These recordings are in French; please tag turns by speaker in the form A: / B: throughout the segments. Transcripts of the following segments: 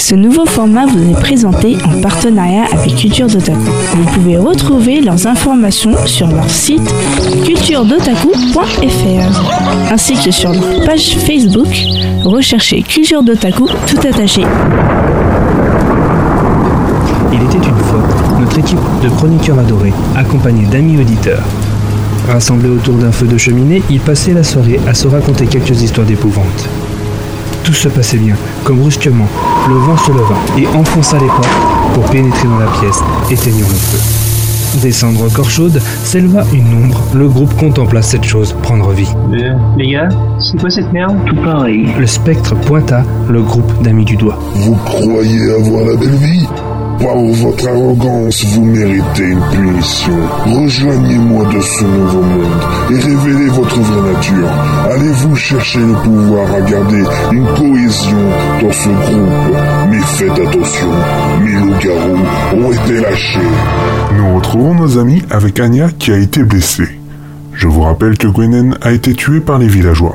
A: Ce nouveau format vous est présenté en partenariat avec Culture d'Otaku. Vous pouvez retrouver leurs informations sur leur site culturedotaku.fr ainsi que sur leur page Facebook. Recherchez Culture d'Otaku tout attaché.
B: Il était une fois notre équipe de chroniqueurs adorés, accompagnée d'amis auditeurs. Rassemblés autour d'un feu de cheminée, ils passaient la soirée à se raconter quelques histoires d'épouvante. Tout se passait bien, comme brusquement, le vent se leva et enfonça les portes pour pénétrer dans la pièce, éteignant le feu. Des cendres encore chaudes s'éleva une ombre. Le groupe contempla cette chose prendre vie.
C: Euh, les gars, c'est quoi cette merde
D: Tout pareil.
B: Le spectre pointa le groupe d'amis du doigt.
E: Vous croyez avoir la belle vie par votre arrogance, vous méritez une punition. Rejoignez-moi de ce nouveau monde et révélez votre vraie nature. Allez-vous chercher le pouvoir à garder une cohésion dans ce groupe. Mais faites attention, mes loups-garous ont été lâchés.
F: Nous retrouvons nos amis avec Anya qui a été blessée. Je vous rappelle que Gwenen a été tuée par les villageois.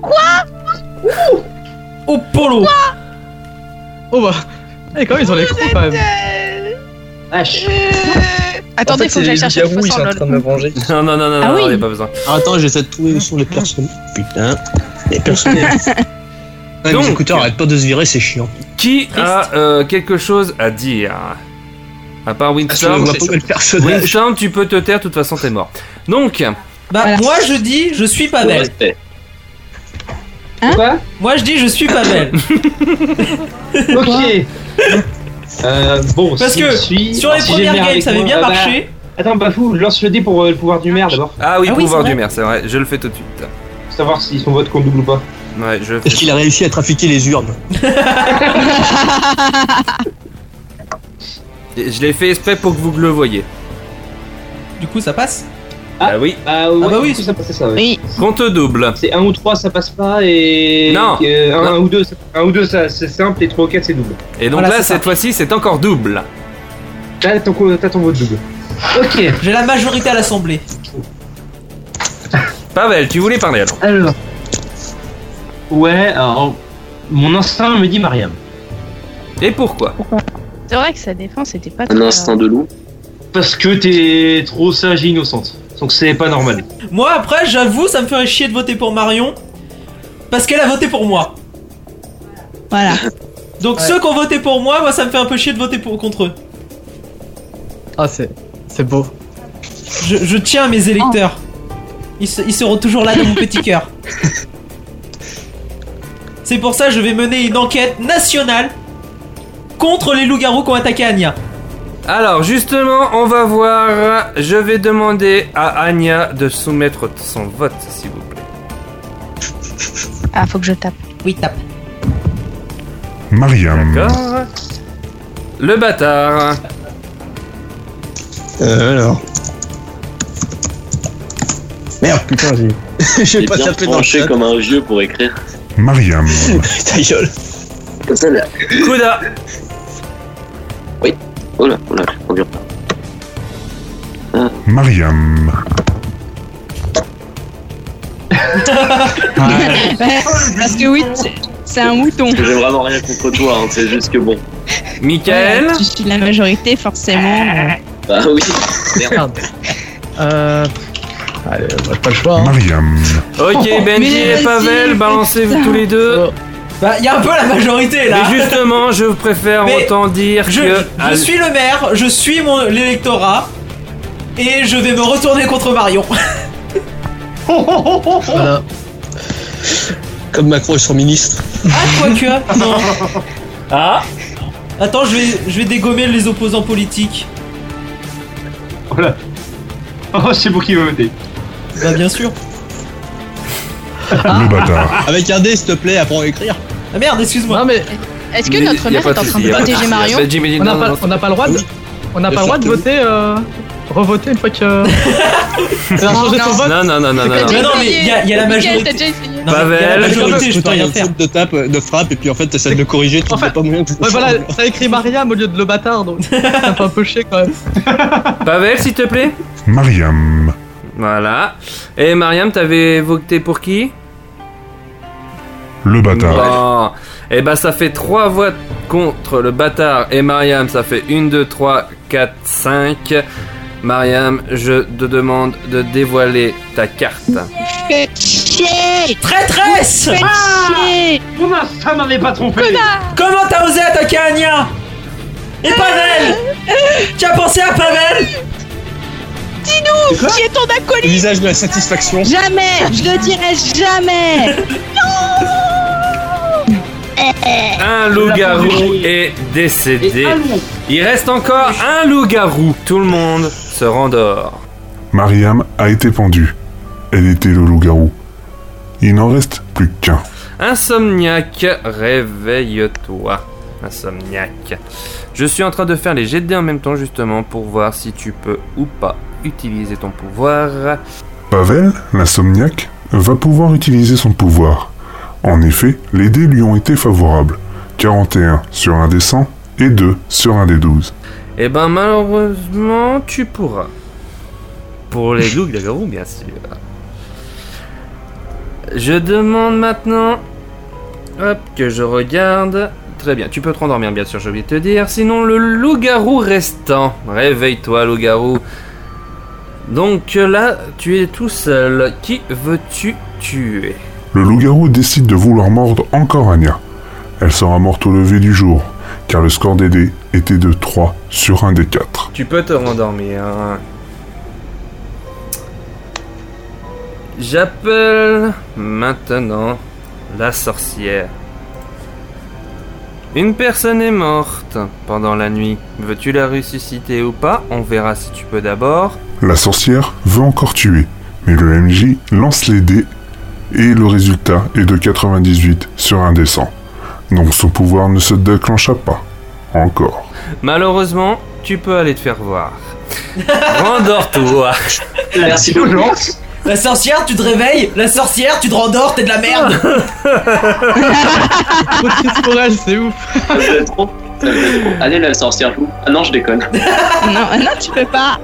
G: Quoi
H: Oh polo Oh bah et quand même, ils ont les crocs quand même.
G: Vache.
I: Euh, Attendez,
J: En fait,
I: faut que j'aille
J: c'est
I: chercher
J: les
I: le faux sang,
J: loups-garous, ils sont en
I: lol.
J: train de me venger.
H: Non, non, non, non,
A: Ah
H: non,
A: oui.
H: y a pas besoin.
D: Attends, j'essaie de trouver où sont les personnes. Putain, les personnes. Ouais,
H: Donc-
D: mes écouteurs arrêtent pas de se virer, c'est chiant.
H: Qui a euh, quelque chose à dire À part
D: Je vois
H: Winston.
D: pas où est le personnage.
H: Winston, tu peux te taire, de toute façon, t'es mort. Donc, ah
J: Bah,
I: Voilà.
J: moi je dis, je suis pas belle.
C: respect.
G: Quoi
J: Moi je dis, je suis pas belle.
C: Ok. Euh, bon,
J: Parce
C: si
J: que
C: je suis...
J: Sur les
C: si j'ai le
J: premières
C: maire
J: games,
C: avec
J: ça avait
C: moi,
J: bien
C: ah bah,
J: marché.
C: Attends, Bafou, lance le dé pour euh, le pouvoir du maire d'abord.
H: ah oui,
J: Ah oui,
H: pouvoir
J: c'est
H: du
J: vrai.
H: maire, c'est vrai, je le fais tout de suite.
C: Pour savoir s'ils sont vote compte double ou pas.
H: Ouais, je le fais.
D: Est-ce qu'il a réussi à trafiquer les urnes
H: Je l'ai fait exprès pour que vous le voyez.
J: Du coup, ça passe.
C: Ah.
H: Ah oui.
C: Bah, ouais,
J: bah oui,
C: du coup, ça passait ça. ouais.
I: Oui.
H: Compte double.
C: C'est 1 ou 3, ça passe pas, et.
H: Non.
C: euh, un,
H: Non.
C: un ou deux, ça- un ou deux, ça, c'est simple, et 3 ou 4, c'est double.
H: Et donc
J: Voilà,
H: là,
J: c'est ça.
H: cette fois-ci, c'est encore double.
C: T'as ton, co- t'as ton vote double. Ok,
J: J'ai la majorité à l'assemblée.
H: Pavel, tu voulais parler alors
C: alors. Ouais, alors. Mon instinct me dit Mariam.
H: Et pourquoi
I: C'est vrai que sa défense était pas
K: Un
I: très-
K: instant de loup.
C: Parce que t'es trop sage et innocente. Donc c'est pas normal.
J: Moi après, j'avoue, ça me ferait chier de voter pour Marion. Parce qu'elle a voté pour moi.
I: Voilà.
J: Donc
L: Ouais.
J: ceux qui ont voté pour moi, moi ça me fait un peu chier de voter pour, contre eux.
L: Ah, c'est, c'est beau.
J: Je, je tiens à mes électeurs. Ils, se- ils seront toujours là dans mon petit cœur. C'est pour ça que je vais mener une enquête nationale contre les loups-garous qui ont attaqué Anya.
H: Alors justement, on va voir. Je vais demander à Anya de soumettre son vote, s'il vous plaît.
I: Ah, faut que je tape.
J: Oui, tape.
F: Mariam.
H: D'accord. Le bâtard.
D: Euh, alors. Merde, putain, j'ai.
K: J'ai
D: j'ai pas
K: bien
D: tapé dans le
K: tranché
D: chat.
K: comme un vieux pour écrire.
F: Mariam.
D: Ta gueule.
K: Comme ça, là.
H: Kuda.
K: Oh là, oh là, on vient.
F: Mariam.
I: Parce que oui, c'est- c'est un mouton.
K: Parce que j'ai vraiment rien contre toi, hein, c'est juste que bon.
H: Michael.
I: Je suis la majorité, forcément.
K: Bah oui.
L: Euh. Allez, on a pas le choix. hein.
F: Mariam.
H: Ok, Benji
I: Mais
H: et Pavel,
I: vas-y,
H: balancez-vous
I: putain.
H: tous les deux.
L: Oh,
J: Bah, y a un peu la majorité là.
H: Mais justement, je préfère
J: Mais
H: autant dire
J: Je,
H: que.
J: je suis le maire, je suis mon l'électorat. Et je vais me retourner contre Marion.
L: voilà.
D: Comme Macron et son ministre.
J: Ah, quoique. Non.
H: Ah
J: Attends, je vais, je vais dégommer les opposants politiques.
C: Oh, c'est pour qui va voter.
J: Bah, bien sûr.
F: Le
L: Ah.
F: bâtard.
D: Avec un dé, s'il te plaît, apprends à écrire.
J: Ah merde, excuse-moi.
L: Non, mais
I: Est-ce que notre mère est en train de protéger Marion
L: on n'a pas, on n'a pas le droit de, on n'a
D: Et
L: pas le droit de
D: surtout-
L: voter, euh, revoter une fois que. Elle a changé son
I: Non.
L: vote.
H: Non, non, non, non,
I: T'as
H: non.
I: déjà
J: Mais non, mais
I: essayé.
J: y a- y a la
I: Michael,
J: majorité.
I: T'as déjà essayé.
J: Non, mais y a la
H: Pavel.
J: majorité, je peux rien
D: une
J: faire.
D: faute de tape, de frappe, et puis en fait, t'essaies de le corriger, tu
L: En
D: ne fais
L: fait-
D: pas moyen de
L: Ouais, voilà, ça écrit Mariam au lieu de le bâtard, donc ça fait un peu chier quand même.
H: Pavel, s'il te plaît.
F: Mariam.
H: Voilà. Et Mariam, t'avais voté pour qui
F: Le bâtard.
H: Bon. Et bah ça fait 3 voix contre le bâtard et Mariam, ça fait 1, 2, 3, 4, 5. Mariam, je te demande de dévoiler ta carte.
I: Faites chier
J: Traîtresse
I: Faites
J: Ah
I: chier
C: Mon instinct m'avait pas trompé
J: Comment t'as osé attaquer Anya Et Pavel Tu as pensé à Pavel
I: Dis-nous Qui est ton acolyte
D: Visage de la satisfaction.
I: Jamais Je le dirai jamais
H: Un loup-garou est décédé. Il reste encore un loup-garou. Tout le monde se rendort.
F: Mariam a été pendue. Elle était le loup-garou. Il n'en reste plus qu'un.
H: Insomniac, réveille-toi. Insomniac. Je suis en train de faire les jets de dés en même temps justement pour voir si tu peux ou pas utiliser ton pouvoir.
F: Pavel, l'insomniaque, va pouvoir utiliser son pouvoir. En effet, les dés lui ont été favorables. 41 sur un des 100 et 2 sur un des 12.
H: Eh ben malheureusement, tu pourras. Pour les loups garous bien sûr. Je demande maintenant... Hop, que je regarde. Très bien, tu peux te rendormir bien sûr, j'ai oublié de te dire. Sinon, le loup-garou restant. Réveille-toi, loup-garou. Donc là, tu es tout seul. Qui veux-tu tuer
F: Le loup-garou décide de vouloir mordre encore Anya. Elle sera morte au lever du jour, car le score des dés était de 3 sur un des 4.
H: Tu peux te rendormir. hein. J'appelle maintenant la sorcière. Une personne est morte pendant la nuit. Veux-tu la ressusciter ou pas On verra si tu peux d'abord.
F: La sorcière veut encore tuer, mais le MJ lance les dés et le résultat est de 98 sur un des 100. Donc son pouvoir ne se déclencha pas. Encore.
H: Malheureusement, tu peux aller te faire voir. Rendors-toi.
C: Merci beaucoup.
J: La sorcière, tu te réveilles La sorcière, tu te rendors, t'es de la merde
L: Patrice Morel, c'est ouf.
K: Ça me plaît trop. Ça me plaît trop. Allez, la sorcière joue. Ah non, je déconne.
I: non, non, tu peux pas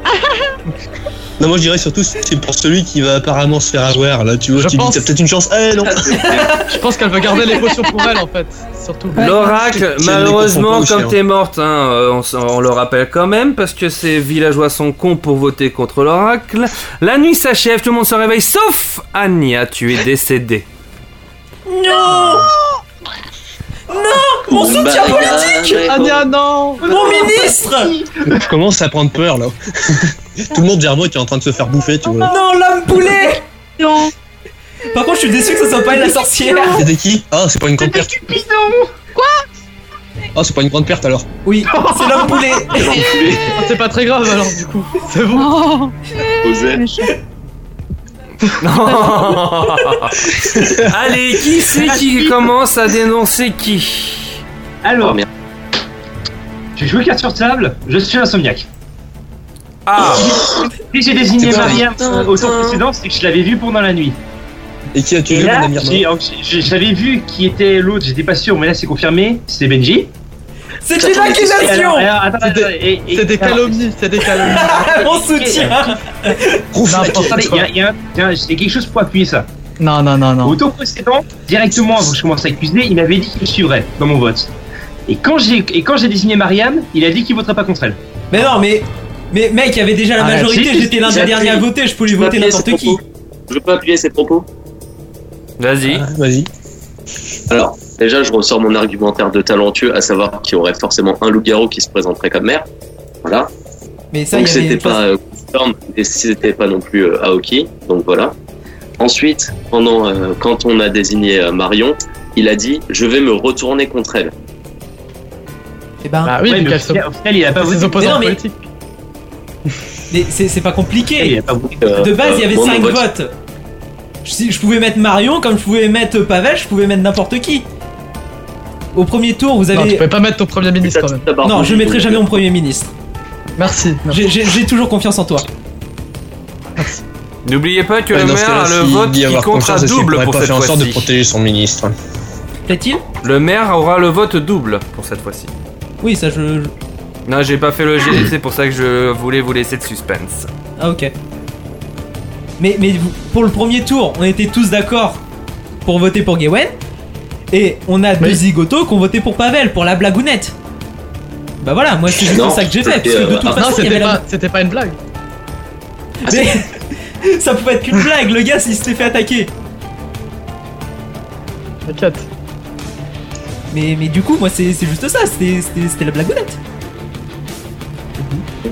D: Non, moi je dirais surtout c'est pour celui qui va apparemment se faire avoir. Là, tu vois,
L: Je
D: tu dis
L: pense.
D: t'as peut-être une chance. Eh non
L: Je pense qu'elle veut garder les potions pour elle en fait. Surtout.
H: L'oracle,
D: Si elle ne comprend pas
H: malheureusement,
D: le
H: comme
D: chien.
H: t'es morte, hein, euh, on, s- on le rappelle quand même, parce que ces villageois sont cons pour voter contre l'oracle. La nuit s'achève, tout le monde se réveille, sauf Anya, tu es décédée.
J: Non Non Mon soutien politique
L: Anya, non
J: Mon ministre
D: Je commence à prendre peur là. Tout le monde derrière moi qui est en train de se faire bouffer, tu vois.
J: Non, l'homme poulet
I: Non
J: Par contre, je suis déçu que ça soit pas la sorcière
D: C'était qui Ah, c'est pas une grande perte. Ah, c'est pas une grande perte alors.
J: Oui, c'est l'homme poulet
L: C'est pas très grave alors du coup. C'est bon.
I: Oh
K: Osez.
H: Allez, qui c'est qui commence à dénoncer qui
K: Oh
C: Alors,
K: merde.
C: j'ai joué carte sur table, je suis insomniaque.
H: Ah
C: Si j'ai désigné
D: C'est pas
C: Mariam
D: vrai.
C: euh, au tour précédent, c'est que je l'avais vu pendant la nuit.
D: Et qui a tué
C: Et
D: mon
C: là,
D: ami Arnaud
C: j'ai- alors, j'ai- j'avais vu qui était l'autre, j'étais pas sûr, mais là c'est confirmé, c'est Benji.
J: C'est
L: C'était-
J: une accusation
C: alors, attends, attends,
L: C'était-
C: et- et-
L: C'est des
C: alors,
L: calomnies, c'est des calomnies.
J: Mon soutien
D: Prouve la
L: N'importe
C: Attendez,
D: quête.
C: il y a- il y a un- tiens, j'ai quelque chose pour appuyer ça.
L: Non, non, non,
C: Au
L: non.
C: tour précédent, directement avant que je commence à accuser, il m'avait dit qu'il me suivrait dans mon vote. Et quand j'ai et quand j'ai désigné Mariam, il a dit qu'il voterait pas contre elle.
J: Mais non, mais... Mais mec, il y avait déjà la
L: Ah,
J: majorité,
K: si,
J: j'étais l'un des
K: j'ai
J: derniers à
K: appuyé.
J: voter, je pouvais
K: Je peux
J: voter
K: appuyer ses
J: n'importe qui
K: propos. Je peux appuyer ses propos
H: Vas-y.
D: Ah, Vas-y.
K: Alors, déjà, je ressors mon argumentaire de talentueux, à savoir qu'il y aurait forcément un loup-garou qui se présenterait comme maire. Voilà.
J: Mais ça, il
K: Donc
J: y avait...
K: c'était pas euh, Storm et c'était pas non plus euh, Aoki. Donc voilà. Ensuite, pendant euh, quand on a désigné euh, Marion, il a dit je vais me retourner contre elle.
J: Eh ben,
L: Bah oui,
C: Ouais,
L: mais
C: mais au,
L: qu'elles sont.
C: final, au final, il a pas
L: c'est ses
C: voté.
J: Mais non,
L: opposants
J: mais-
L: politiques.
J: mais c'est c'est pas
C: eh, Il
J: compliqué
C: a pas voté.
K: Euh,
J: De base, il y
K: euh,
J: avait
K: moi,
J: 5
K: mon vote-
J: votes je, je pouvais mettre Marion, comme je pouvais mettre Pavel, je pouvais mettre n'importe qui Au premier tour, vous
L: Non, tu
J: avez...
L: pouvais pas mettre ton premier ministre quand même.
J: Non, je mettrai jamais mon premier ministre.
L: Merci. merci.
J: J'ai- J'ai j'ai toujours confiance en toi.
H: N'oubliez pas que
D: Ouais,
H: le
D: dans ce
H: Euh, maire
D: cas-là,
H: a le
D: s'il
H: vote
D: dit
H: qui
D: avoir
H: compte à
D: confiance, est-ce qu'il
H: double
D: pourrait
H: pour
D: pas
H: cette
D: faire en sorte de
H: fois-ci.
D: protéger son ministre.
J: Plaît-il
H: Le maire aura le vote double pour cette fois-ci.
J: Oui, ça je.
H: Non, j'ai pas fait le jet, c'est pour ça que je voulais vous laisser de suspense.
J: Ah, ok. Mais, mais vous- pour le premier tour, on était tous d'accord pour voter pour Gawain. Et on a deux zigotos qui ont voté pour Pavel, pour la blagounette. Bah voilà, moi c'est juste
L: Non,
J: ça que j'ai fait, parce
L: c'était,
J: que de
L: euh,
J: toute
L: ah,
J: façon,
L: non,
J: il y
L: c'était
J: avait la-
L: pas- c'était pas une blague.
C: Ah,
J: Mais- ça pouvait être qu'une blague, le gars s'il s'était fait attaquer. Mais, mais du coup, moi c'est c'est juste ça, c'était c'était- c'était la blagounette.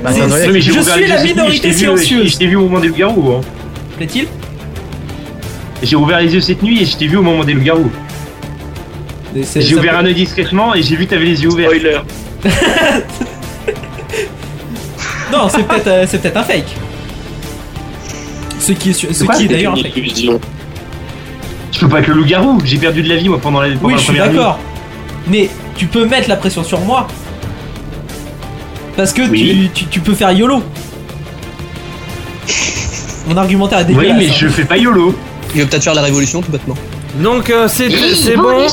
C: Bah,
J: C'est-
C: non,
J: c'est-
C: non, mais j'ai
J: Eh, je
C: ouvert
J: suis
C: les
J: la
C: yeux,
J: minorité
C: je t'ai vu,
J: silencieuse.
C: Je t'ai vu au moment des loups-garous. Hein.
J: Plaît-il
C: J'ai ouvert les yeux cette nuit et je t'ai vu au moment des loups-garous.
J: Euh, c'est-
C: J'ai
J: ça
C: ouvert
J: peut-
C: un œil discrètement et j'ai vu que t'avais les yeux ouverts. Spoiler.
J: Non, c'est peut-être euh, c'est peut-être un fake. Ce qui est, su- ce
C: quoi
J: qui est
C: C'était
J: d'ailleurs un
C: une
J: fake.
C: Je peux pas être le loup-garou, j'ai perdu de la vie moi pendant la, pendant
J: Oui,
C: la
J: je suis
C: première nuit.
J: d'accord. Mais tu peux mettre la pression sur moi. Parce que tu- tu, tu peux faire YOLO. Mon argumentaire est dégueulasse. hein.
C: pas YOLO.
D: Il veut peut-être faire la révolution tout bêtement.
H: Donc euh, c'est c'est bon.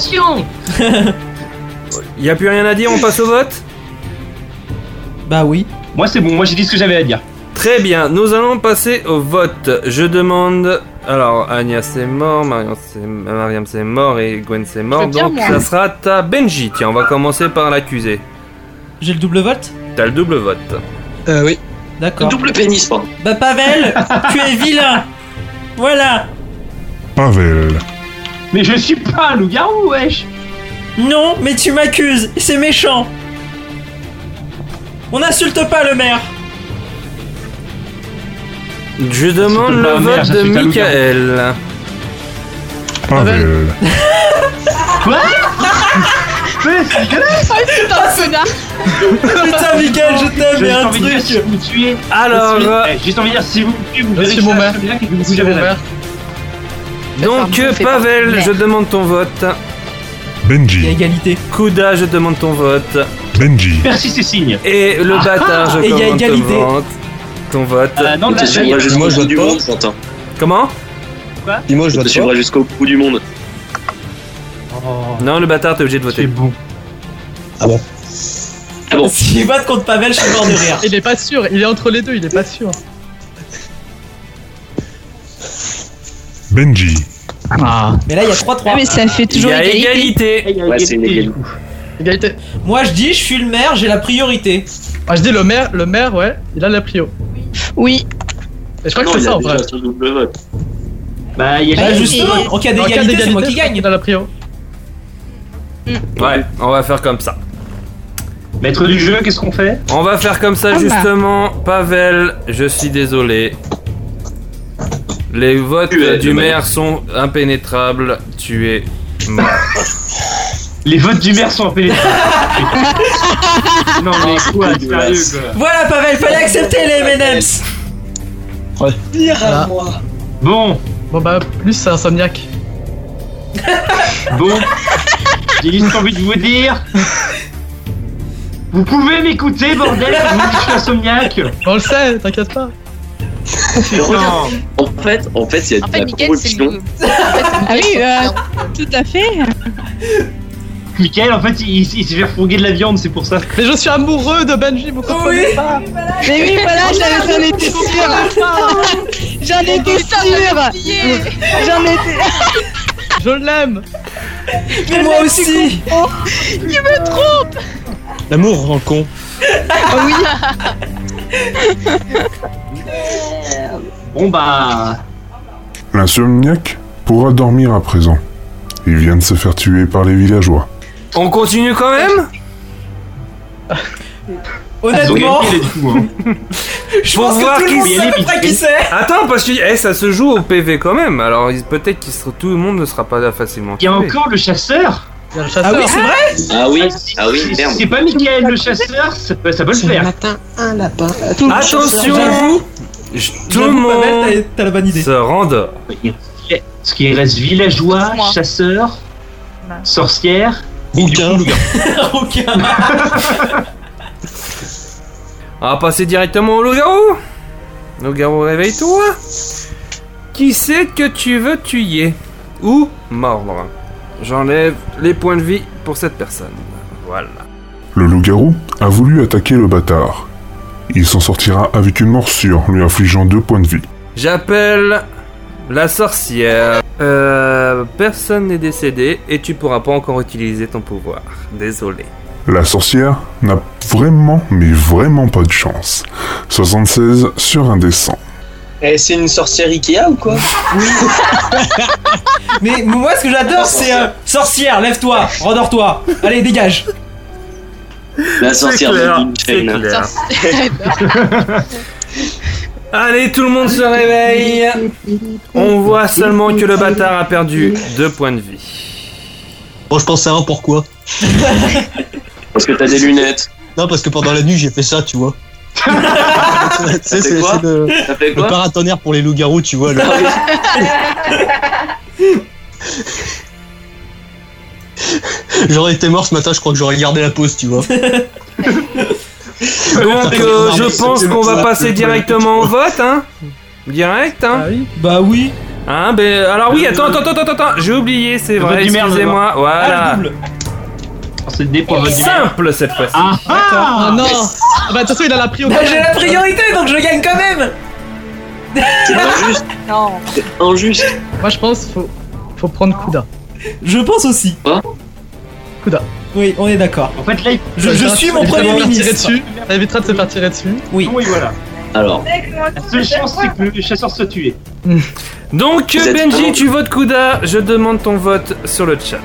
H: Il y a plus rien à dire, on passe au vote
J: Bah oui.
C: Moi c'est bon, moi j'ai dit ce que j'avais à dire.
H: Très bien, nous allons passer au vote. Je demande. Alors, Agnès c'est mort, Marion c'est- Mariam c'est mort et Gwen c'est mort.
J: veux bien,
H: Donc,
J: moi.
H: ça sera ta Benji. Tiens, on va commencer par l'accusé.
J: J'ai le double vote
H: T'as le double vote.
D: Euh, oui.
J: D'accord.
K: Double pénis, pardon.
J: Bah Pavel, tu es vilain. Voilà.
F: Pavel.
C: Mais je suis pas un loup-garou, wesh
J: Non, mais tu m'accuses. C'est méchant. On n'insulte pas le maire.
H: Je demande
J: Surtout
H: le
J: pas un maire,
H: vote de
J: j'insulte un
H: Michael.
F: Pavel.
C: Quoi Mais c'est dégueulasse
J: Putain, Miguel, je t'aime, mais
C: J'ai
J: un
C: envie de dire, si
J: truc.
C: vous me tuez.
H: Alors,
C: je suis-
H: euh,
C: eh, j'ai juste envie de dire, si vous me tuez, vous verrez
H: Monsieur
C: que
H: mon
C: ça,
H: maire.
C: c'est bien que vous
H: Monsieur
C: avez
H: mon
C: raison.
H: Donc,
C: partie- fait partie
H: Pavel,
C: du
H: je demande ton vote.
F: Benji.
J: égalité.
H: Kouda, je demande ton vote.
F: Benji.
C: Merci, ces signes.
H: Et le
C: Ah,
H: bâtard, je
C: et il y a
H: demande
C: égalité.
H: ton vote. Ton vote.
C: Ah, non,
K: Et
C: là,
K: tu
C: là,
K: suivras
C: il y a-
K: jusqu'au
C: moi,
K: bout
C: je
K: du
C: vote
K: monde, Quentin.
H: Comment
C: Quoi
D: Dis-moi,
K: je te suivrai jusqu'au bout du monde.
H: Non, le bâtard, t'es obligé de voter. C'est
C: Oh, bon.
D: Ah bon
K: Ah bon
J: S'il vote contre Pavel, je suis mort de rire.
L: Il est pas sûr, il est entre les deux, il est pas sûr.
F: Benji.
J: Mais là, il y a
K: Ah,
J: 3-3.
I: Ah, mais ça fait toujours
L: Ouais, c'est une égalité. Égalité.
J: Moi je dis, je suis le maire, j'ai la priorité.
L: Ah, je dis le maire, le maire, ouais, il a la prio.
I: Oui.
L: Et je crois
K: Ah Non,
L: que
K: il
L: c'est
K: a
L: ça en
K: déjà
L: vrai.
K: son double vote.
C: Bah, il y a
K: Ah,
J: Bah, justement, en cas d'égalité, c'est moi qui gagne.
L: Il a la prio.
H: Ouais, on va faire comme ça.
C: Maître du jeu, qu'est-ce qu'on fait
H: On va faire comme ça
C: Ah bah.
H: justement, Pavel, je suis désolé. Les votes
K: Tu es
H: du
K: le
H: maire
K: maire.
H: sont impénétrables, tu es mort.
C: Les votes du maire sont Non, mais quoi, sérieux, quoi
J: Voilà Pavel, fallait accepter les M&M's.
L: Dire à moi.
C: Bon.
L: Bon bah, plus c'est insomniaque.
C: Bon, j'ai juste envie de vous dire. Vous pouvez m'écouter, bordel, vous dites que je suis insomniaque.
L: On le sait, t'inquiète pas.
K: Mais regarde, En fait, en fait, il y a de la corruption.
I: Ah oui, euh, tout à fait.
C: Michael, en fait, il, il s'est fait refourguer de la viande, c'est pour ça.
L: Mais je suis amoureux de Benji, vous comprenez pas
I: Mais oui, voilà, j'en j'en étais sûre. J'en étais sûre. J'en étais.
L: Je l'aime
J: Mais moi aussi
I: Il me trompe
D: L'amour rend con.
I: Ah oui
C: Bon bah.
F: L'insomniaque pourra dormir à présent. Il vient de se faire tuer par les villageois.
H: On continue quand même
K: Ah,
J: Honnêtement,
K: hein.
H: Je
J: pense que tout le monde sait à peu près qui c'est.
H: Attends, parce que eh, ça se joue au PV quand même, alors il- peut-être que tout le monde ne sera pas facilement.
C: Il y a
H: tué.
C: encore le chasseur
H: chasseur. Ah oui, c'est vrai
K: Ah oui, ah oui,
C: Si
K: merde.
C: C'est pas Michael le chasseur, ça, peut- ça peut le faire.
D: un lapin.
H: Attention Je- Tout le monde
J: t'as la bonne idée.
H: se rendort.
C: Ce qui reste villageois, chasseur, sorcière. Aucun.
H: On va Ah, passer directement au loup-garou Loup-garou, réveille-toi Qui c'est que tu veux tuer Ou mordre J'enlève les points de vie pour cette personne. Voilà.
F: Le loup-garou a voulu attaquer le bâtard. Il s'en sortira avec une morsure, lui infligeant deux points de vie.
H: J'appelle La sorcière. Euh, personne n'est décédé et tu pourras pas encore utiliser ton pouvoir. Désolé.
F: La sorcière n'a vraiment, mais vraiment pas de chance. 76 sur un des 100.
D: Eh, c'est une sorcière Ikea ou quoi
J: Mais moi, ce que j'adore, c'est euh, sorcière, lève-toi, rendors-toi, allez, dégage.
K: La sorcière
H: C'est clair,
K: de Lynchane.
H: c'est clair. Allez, tout le monde se réveille. On voit seulement que le bâtard a perdu deux points de vie.
D: Bon, je pense à un pourquoi.
K: Parce que t'as des lunettes.
D: Non, parce que pendant la nuit, j'ai fait ça, tu vois. Tu sais,
K: Ça fait
D: c'est
K: quoi
D: c'est le,
K: Ça fait
D: le
K: quoi
D: paratonnerre pour les loups-garous, tu vois. le-
J: Bah
D: J'aurais été mort ce matin, je crois que j'aurais gardé la pause, tu vois.
H: Donc, euh, je pense qu'on va passer directement au vote, hein Direct, hein
J: Bah oui.
H: Hein, ben, alors oui, attends, attends, attends, attends, attends, j'ai oublié, c'est
C: Le vote
H: vrai,
C: du maire,
H: excusez-moi,
C: d'abord. Ah,
H: voilà.
C: le C'est des points vote du maire.
H: Simple cette fois-ci.
L: Ah, ah non Ah Bah de toute façon il a la priorité.
J: Bah, j'ai la priorité, donc je gagne quand même.
K: C'est injuste.
G: Non.
K: C'est injuste.
L: Moi je pense faut faut prendre Kuda.
J: Je pense aussi.
K: Hein
L: Kuda.
J: Oui, on est d'accord.
C: En fait, là, il-
J: Je, je suis mon premier ministre.
L: Dessus. Ça évitera de se faire tirer dessus.
J: Oui.
C: Oui, voilà.
K: Alors,
C: La seule chance, c'est que le chasseur soit tué.
H: Donc,
K: Vous êtes
H: Benji,
K: vraiment-
H: tu votes Kuda, je demande ton vote sur le chat.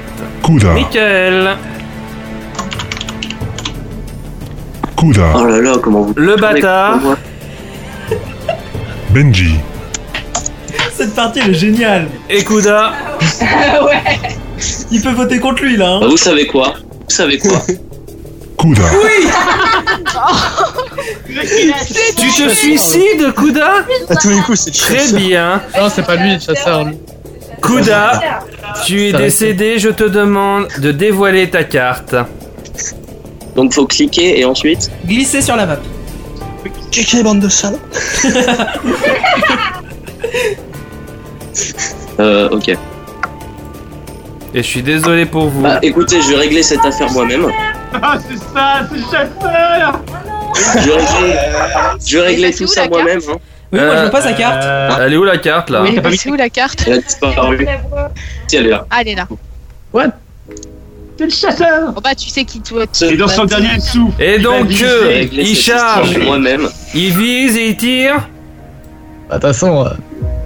F: Kuda,
H: Michael,
F: Kuda,
K: oh là là, comment vous.
H: le bâtard,
F: Benji,
J: Cette partie, elle est géniale.
H: et Kuda.
J: ouais. Il peut voter contre lui, là. hein.
K: Bah, vous savez quoi Vous savez quoi
F: Kuda,
H: Tu te suicides, Kuda
D: À tous les coups, c'est
H: Très bien.
L: Non c'est pas lui le chasseur. lui.
H: Kuda, tu es
L: Ça reste-
H: décédé, je te demande de dévoiler ta carte.
K: Donc faut cliquer et ensuite.
J: Glisser sur la map.
D: Cliquez, bande de salles.
K: Euh, ok.
H: Et je suis désolé pour vous.
K: Bah écoutez, je vais régler cette affaire moi-même.
C: Ah, c'est ça, c'est le chasseur
K: Je vais régler, je vais régler
G: Et bah, c'est
K: tout
G: où
K: ça
G: la
K: moi-même. Hein.
J: Oui, moi, je
H: Euh,
J: veux pas sa carte.
H: Euh,
K: Ah.
H: elle est où la carte là
G: Oui, mais c'est où la carte
K: Elle a disparu. Si elle est là.
G: Ah, elle est là.
C: C'est le chasseur
G: Bon bah, tu sais qui toi. tu-
C: Et dans son
G: bah,
C: dernier souffle,
H: Et donc,
C: Il va
H: euh,
K: Je vais régler
H: il
K: cette histoire
H: charge,
K: moi-même.
H: il vise et il tire.
L: Bah de toute façon. euh,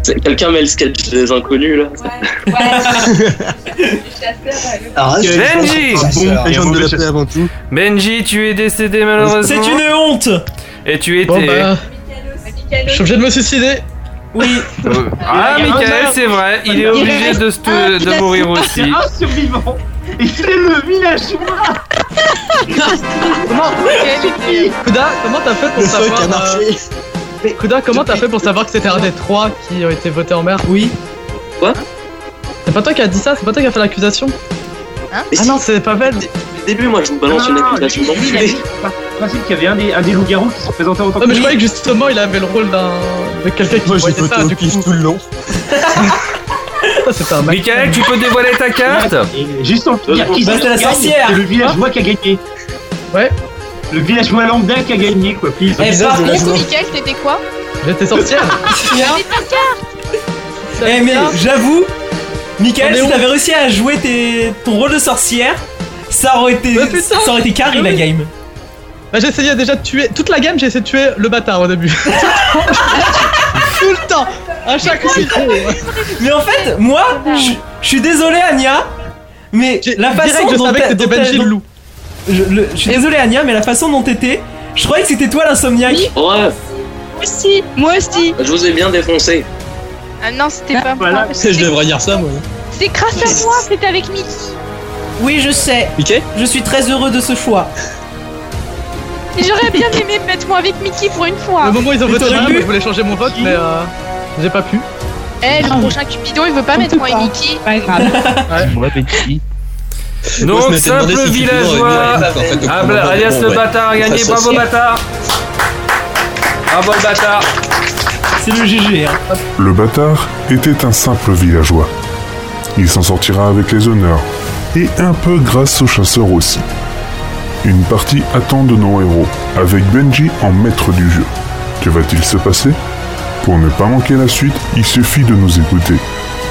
K: C'est- Quelqu'un met le sketch des inconnus là. Ah,
D: Alors,
C: Que
H: Benji
L: Ah,
C: un
D: Légende
C: mauvais
D: de la paix
C: chasseur.
D: avant tout.
H: Benji, tu es décédé malheureusement.
J: C'est une honte.
H: Et tu étais.
L: Bon bah je suis obligé de me suicider.
J: Oui.
H: Euh, Ah,
C: Il y a un
H: Michael,
C: homme.
H: c'est vrai, il est
C: Il
H: obligé
G: reste
H: de, se-
G: un
H: de mourir aussi.
C: C'est un survivant Et c'est le villageois
L: Kuda comment t'as fait pour
D: Le fuck
L: savoir
D: a
L: euh,
D: marché.
L: Kuda comment t'as fait pour savoir que c'était un des trois qui ont été votés en mer
J: Oui.
L: C'est pas toi qui a dit ça C'est pas toi qui a fait l'accusation
K: Mais
L: Ah
K: si,
L: non c'est Ah, Pavel.
K: au début, moi je vous balance une accusation
C: Il
K: d'enculé.
C: Le principe qu'il y avait un des, un des loups-garous qui se présentait en tant
L: Non
C: que
L: mais je croyais que justement il avait le rôle d'un de quelqu'un qui
D: Moi, j'ai
L: voyait
D: voté
L: ça
D: au
L: du coup.
D: pif tout le long.
L: Ça c'était un mec.
H: Michael, tu peux dévoiler ta carte
C: Et Juste en dire qui
J: Bah,
C: c'est
J: c'est la
C: qui gagne,
J: sorcière.
C: c'est le villageois qui a gagné.
L: Ouais.
C: Le villageois lambda qui a gagné, quoi, please.
J: Eh, par
G: Du
J: contre,
G: coup, Mickaël, t'étais quoi
L: J'étais sorcière.
J: eh, mais
L: Bah,
J: j'avoue, Michael,
L: On est
J: si
L: où
J: t'avais réussi à jouer tes- ton rôle de sorcière, ça aurait été,
L: Ouais, putain.
J: ça aurait été carré
L: Ah
J: la
L: oui.
J: game.
L: Bah j'essayais déjà de tuer. Toute la game j'ai essayé de tuer le bâtard au début. Tout le temps À chaque coup
K: hein.
J: Mais en fait, moi, je je suis désolé, Ania, mais
L: J'ai-
J: la façon
L: Direct je
J: dont
L: savais que
J: t'as-
L: c'était
J: dont t'as-
L: Benji le loup.
J: Je, le- je suis désolé, Ania, mais la façon dont t'étais, je croyais que c'était toi l'insomniaque.
K: Ouais,
G: Moi aussi. Moi aussi.
K: je vous ai bien défoncé.
G: Ah non, c'était pas moi.
C: voilà.
D: Je devrais dire ça, moi.
G: C'est grâce à moi, c'était avec Mickey.
J: Oui, je sais.
D: Mickey
J: Je suis très heureux de ce choix.
G: Et J'aurais bien aimé mettre moi avec Mickey pour une
L: Le
G: fois.
L: moment où ils ont
J: Mais
L: voté
J: t'aurais
L: moi,
J: pu.
L: je voulais changer mon vote mais euh, j'ai pas pu.
G: Eh, le prochain Cupidon, il veut pas mettre moi et Mickey.
A: Pas grave.
B: Moi, Benji.
D: Moi, je
H: Donc,
D: m'étais demandé
H: simple
D: si Cupidon aurait mis
H: villageois.
D: la réponse, en fait, au
H: Ah,
D: commandant
H: bah,
D: de
H: alias
D: Bon,
H: le
D: ouais.
H: bâtard a gagné,
D: Ça,
H: bravo
D: c'est-
H: bâtard Bravo le bâtard
J: C'est le GG. Hein.
F: le bâtard était un simple villageois. Il s'en sortira avec les honneurs, et un peu grâce aux chasseurs aussi. Une partie attend de nos héros, avec Benji en maître du jeu. Que va-t-il se passer Pour ne pas manquer la suite, il suffit de nous écouter.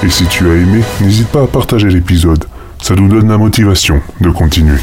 F: Et si tu as aimé, n'hésite pas à partager l'épisode. Ça nous donne la motivation de continuer.